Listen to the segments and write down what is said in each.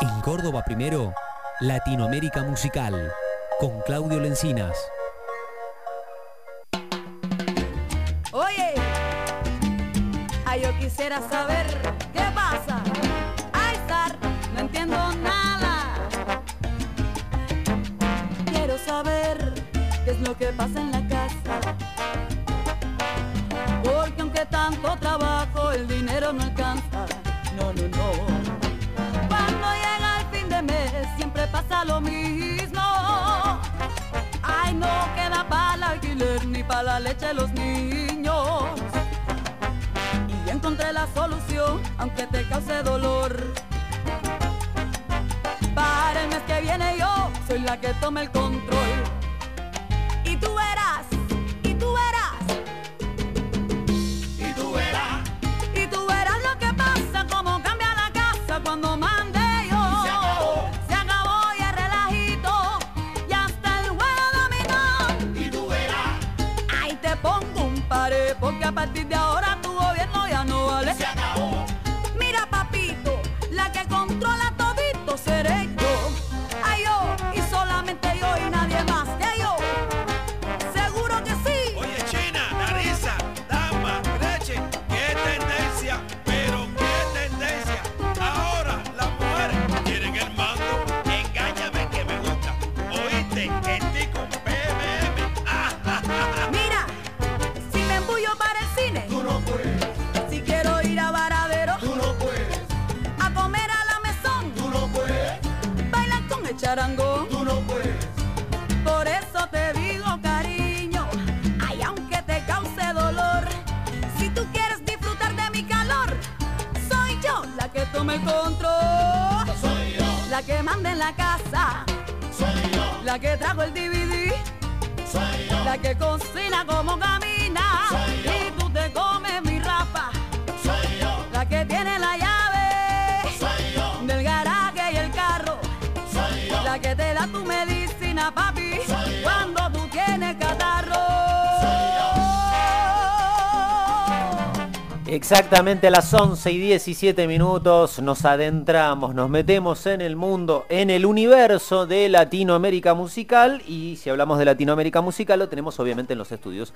En Córdoba primero, Latinoamérica Musical, con Claudio Lencinas. Oye, ay, yo quisiera saber qué pasa. Ay, Sar, no entiendo nada. Quiero saber qué es lo que pasa en la casa. Porque aunque tanto trabajo, el dinero no alcanza. No, no, no. Cuando llega el fin de mes, siempre pasa lo mismo. Ay, no queda para el alquiler ni para la leche de los niños. Y ya encontré la solución, aunque te cause dolor. Para el mes que viene yo soy la que tome el control. Y tú verás, y tú verás, Y tú verás, y tú verás lo que pasa, cómo cambia la casa cuando mande yo. Se acabó. se acabó y el relajito, y hasta el juego dominó. y tú verás, Ay, te pongo un pare, porque a partir de ahora tu gobierno ya no vale. se acabó, Mira, papito, la que controla todito seré yo. Ay, yo, y solamente yo y nadie más que yo. Seguro que sí. Oye China, Narisa, Dama, Gretchen, qué tendencia, pero qué tendencia. Ahora las mujeres quieren el mando, engáñame que me gusta. Oíste, estoy con PBM. Ah, ah, ah, ah. Mira, si me embullo para el cine, tú no puedes, si quiero ir a Varadero tú no puedes, a comer a la mesón, tú no puedes, bailan con el charangón. tú no puedes, Por eso te digo, cariño, ay, aunque te cause dolor, si tú quieres disfrutar de mi calor, soy yo la que toma el control, soy yo, la que manda en la casa, soy yo, la que trajo el DVD, soy yo, la que cocina como camina, Soy yo. y tú te comes mi rapa, soy yo, la que tiene la llave soy yo, del garaje y el carro, soy yo, la que te da tu medicina, papi, Soy yo. cuando tú tienes catarro. Exactamente a las 11 y 17 minutos nos adentramos, nos metemos en el mundo, en el universo de Latinoamérica Musical y si hablamos de Latinoamérica Musical lo tenemos obviamente en los estudios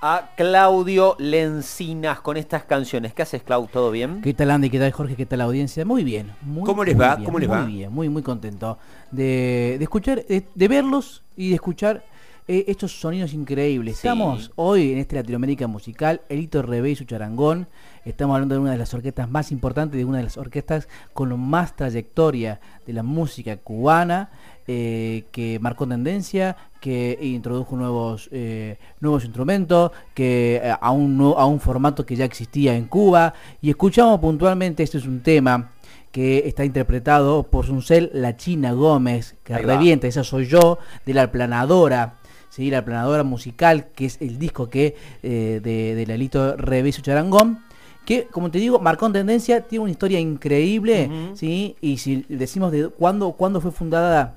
a Claudio Lencinas con estas canciones. ¿Qué haces Clau? ¿Todo bien? ¿Qué tal Andy? ¿Qué tal Jorge? ¿Qué tal la audiencia? Muy bien. Muy, ¿Cómo les muy va? bien, ¿Cómo les va? Muy bien, muy, muy contento de, de escuchar, de, de verlos y de escuchar eh, estos sonidos increíbles. Sí. Estamos hoy en este Latinoamérica musical, Elito Rebé y su charangón. Estamos hablando de una de las orquestas más importantes, de una de las orquestas con más trayectoria de la música cubana, eh, que marcó tendencia, que introdujo nuevos, eh, nuevos instrumentos, que eh, a un, nue- a un formato que ya existía en Cuba. Y escuchamos puntualmente, este es un tema que está interpretado por Suncel La China Gómez, que Ahí va. revienta, esa soy yo, de la aplanadora. ¿sí? la aplanadora musical, que es el disco que eh, de, de Lalito Reviso Charangón, que como te digo, marcó en tendencia, tiene una historia increíble, ¿sí? y si decimos de cuándo, cuándo fue fundada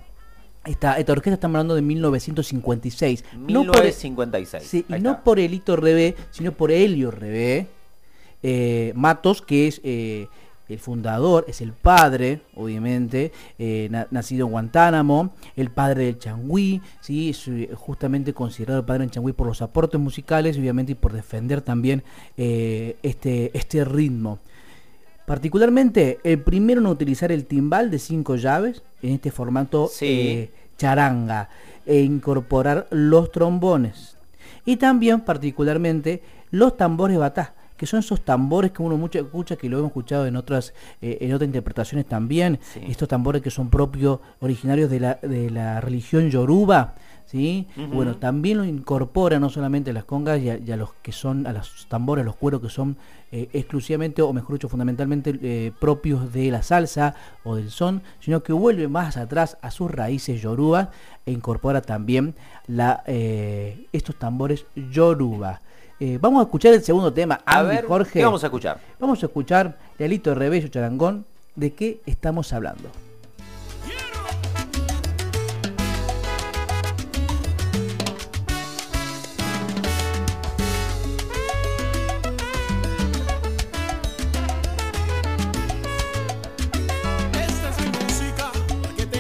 esta, esta orquesta, estamos hablando de 1956. No por- 1956. Sí, y Ahí no está. por Elito Rebé, sino por Helio Rebé. eh, Matos, que es eh, el fundador, es el padre, obviamente, eh, na- nacido en Guantánamo, el padre del Changüí, ¿sí? es eh, justamente considerado el padre del Changüí por los aportes musicales, obviamente, y por defender también eh, este, este ritmo. Particularmente, el primero en utilizar el timbal de cinco llaves en este formato Sí. eh, charanga e incorporar los trombones. Y también, particularmente, los tambores batá, que son esos tambores que uno mucho escucha, que lo hemos escuchado en otras, eh, en otras interpretaciones también, Sí. estos tambores que son propios, originarios de la, de la religión yoruba. ¿Sí? Bueno, también lo incorpora no solamente a las congas y a, y a los que son, a los tambores, a los cueros que son eh, exclusivamente, o mejor dicho, fundamentalmente eh, propios de la salsa o del son, sino que vuelve más atrás a sus raíces yorubas e incorpora también la, eh, estos tambores yoruba. Eh, vamos a escuchar el segundo tema, A Andy, ver, Jorge. ¿qué vamos a escuchar? Vamos a escuchar de Alito Rebello Charangón, ¿de qué estamos hablando? Esta es mi música, Este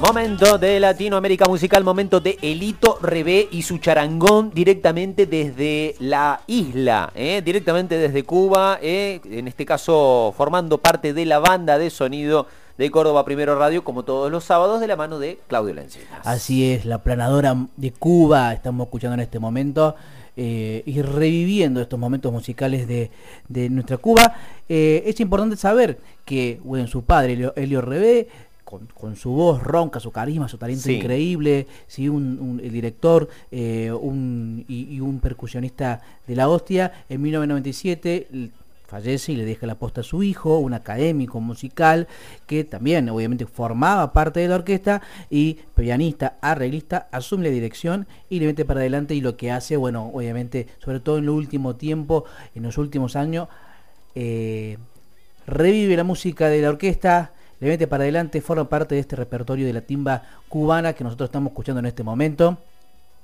Momento de Latinoamérica Musical, momento de Elito Rebé y su charangón directamente desde la isla, ¿eh? directamente desde Cuba, ¿eh? en este caso formando parte de la banda de sonido de Córdoba Primero Radio, como todos los sábados, de la mano de Claudio Lencinas. Así es, la planadora de Cuba estamos escuchando en este momento eh, y reviviendo estos momentos musicales de, de nuestra Cuba. Eh, es importante saber que bueno, su padre, Helio, Helio Rebé, con, con su voz ronca, su carisma, su talento Sí. increíble, ¿sí? un, un- el director eh, un- y, y un percusionista de la hostia, en 1997 l- fallece y le deja la posta a su hijo, un académico musical que también obviamente formaba parte de la orquesta y pianista, arreglista, asume la dirección y le mete para adelante y lo que hace, bueno, obviamente, sobre todo en el último tiempo, en los últimos años, eh, revive la música de la orquesta, le mete para adelante, forma parte de este repertorio de la timba cubana que nosotros estamos escuchando en este momento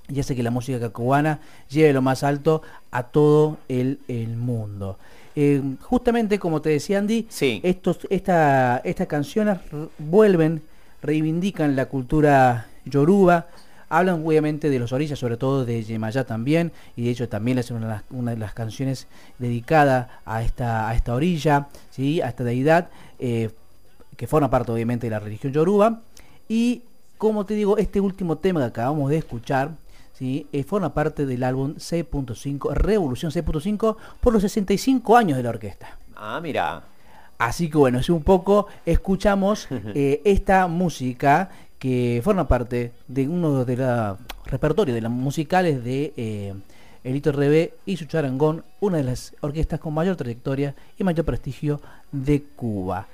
y hace que la música cubana lleve lo más alto a todo el, el mundo. Eh, justamente como te decía Andy, Sí. estos, esta, estas canciones r- vuelven, reivindican la cultura yoruba, hablan obviamente de los orillas, sobre todo de Yemayá también, y de hecho también es una de las, una de las canciones dedicada a esta, a esta orilla, ¿sí? a esta deidad, eh, que forma parte obviamente de la religión yoruba. Y como te digo, este último tema que acabamos de escuchar, ¿sí? Eh, forma parte del álbum 6.5, Revolución 6.5, por los 65 años de la orquesta. Ah, mira. Así que bueno, es un poco, escuchamos eh, esta música que forma parte de uno de los repertorios de las musicales de eh, Elito Rebé y su charangón, una de las orquestas con mayor trayectoria y mayor prestigio de Cuba.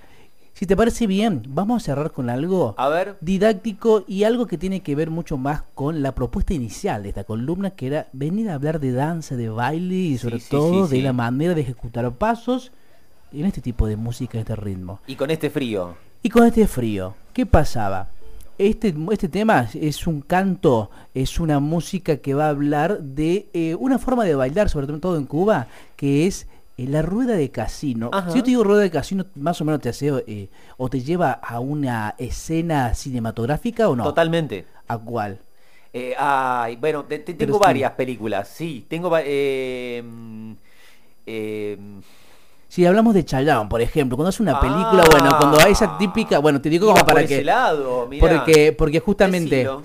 Si te parece bien, vamos a cerrar con algo A ver. didáctico y algo que tiene que ver mucho más con la propuesta inicial de esta columna, que era venir a hablar de danza, de baile y sobre sí, sí, todo de sí. la manera de ejecutar pasos en este tipo de música, este ritmo. Y con este frío. Y con este frío, ¿qué pasaba? Este, este tema es un canto, es una música que va a hablar de eh, una forma de bailar, sobre todo en Cuba, que es eh, la rueda de casino. Ajá. Si yo te digo rueda de casino, más o menos te hace eh, o te lleva a una escena cinematográfica o no. Totalmente. ¿A cuál? Eh, ay, bueno, te- te- Pero tengo sí. varias películas, sí. Tengo... va- eh, mm, eh, Si hablamos de Chayán, por ejemplo, cuando hace una Ah. película, bueno, cuando a esa típica, bueno, te digo Iba como para por que... ese lado, mirá. porque, porque justamente... Decilo.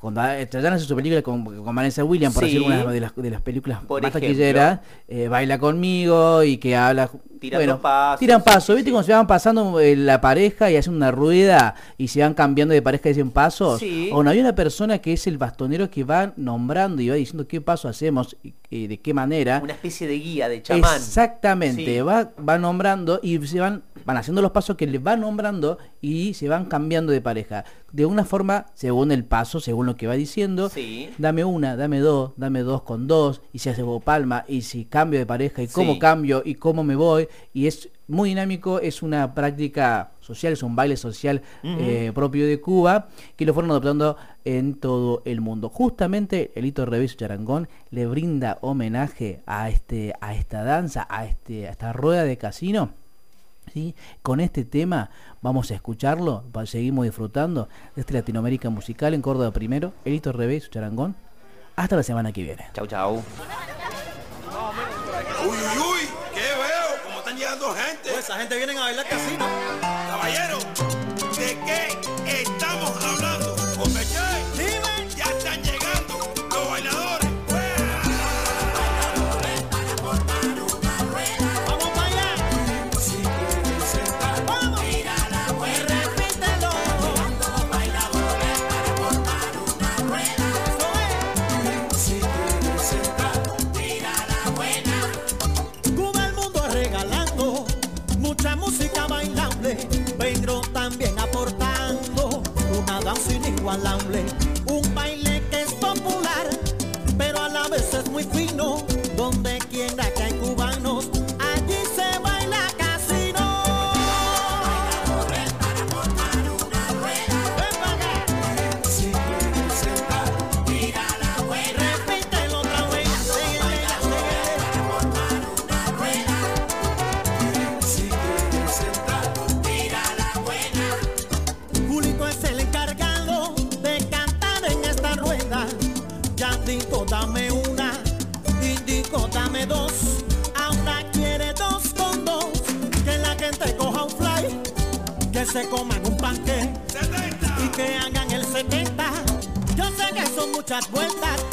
Cuando eh, Chayanne hace su película con, con Vanessa Williams, por Sí. decir una de las, de las películas Por más ejemplo. taquilleras, eh, baila conmigo y que habla. Tiran dos pasos, Tiran sí, pasos. sí, ¿Viste sí. cuando se van pasando eh, la pareja y hacen una rueda y se van cambiando de pareja y dicen pasos? Sí. O no había una persona que es el bastonero que va nombrando y va diciendo qué paso hacemos y, y de qué manera. Una especie de guía, de chamán. Exactamente, Sí. va, va nombrando y se van, van haciendo los pasos que le va nombrando y se van cambiando de pareja. De una forma, según el paso, según lo que va diciendo, Sí. dame una, dame dos, dame dos con dos, y si hace palma, y si cambio de pareja, y cómo Sí. cambio, y cómo me voy, y es muy dinámico, es una práctica social, es un baile social eh, propio de Cuba, que lo fueron adoptando en todo el mundo. Justamente Elito Reviso Charangón le brinda homenaje a este, a esta danza, a este, a esta rueda de casino. ¿sí? Con este tema vamos a escucharlo, va- seguimos disfrutando de este Latinoamérica musical en Córdoba primero, Elito Revés, Charangón. Hasta la semana que viene. Chau, chau. Uy, uy, uy, ¿qué veo? ¿Cómo están llegando gente? Pues, Esa gente viene a bailar casino. Caballero, ¿de qué estamos hablando? Hombre, ¿qué? Ya están llegando los bailadores. Vamos a bailar. Si quieres estar, vamos. Mira la vuelta. Repítelo. Llevando los bailadores para formar una rueda. Si quieres estar, mira la buena. Cuba el mundo regalando mucha música bailable, pero también aportando quiere dos, ahora quiere dos con dos. Que la gente coja un fly, que se coman un panque 70. y que hagan el 70. Yo sé que son muchas vueltas, Ah,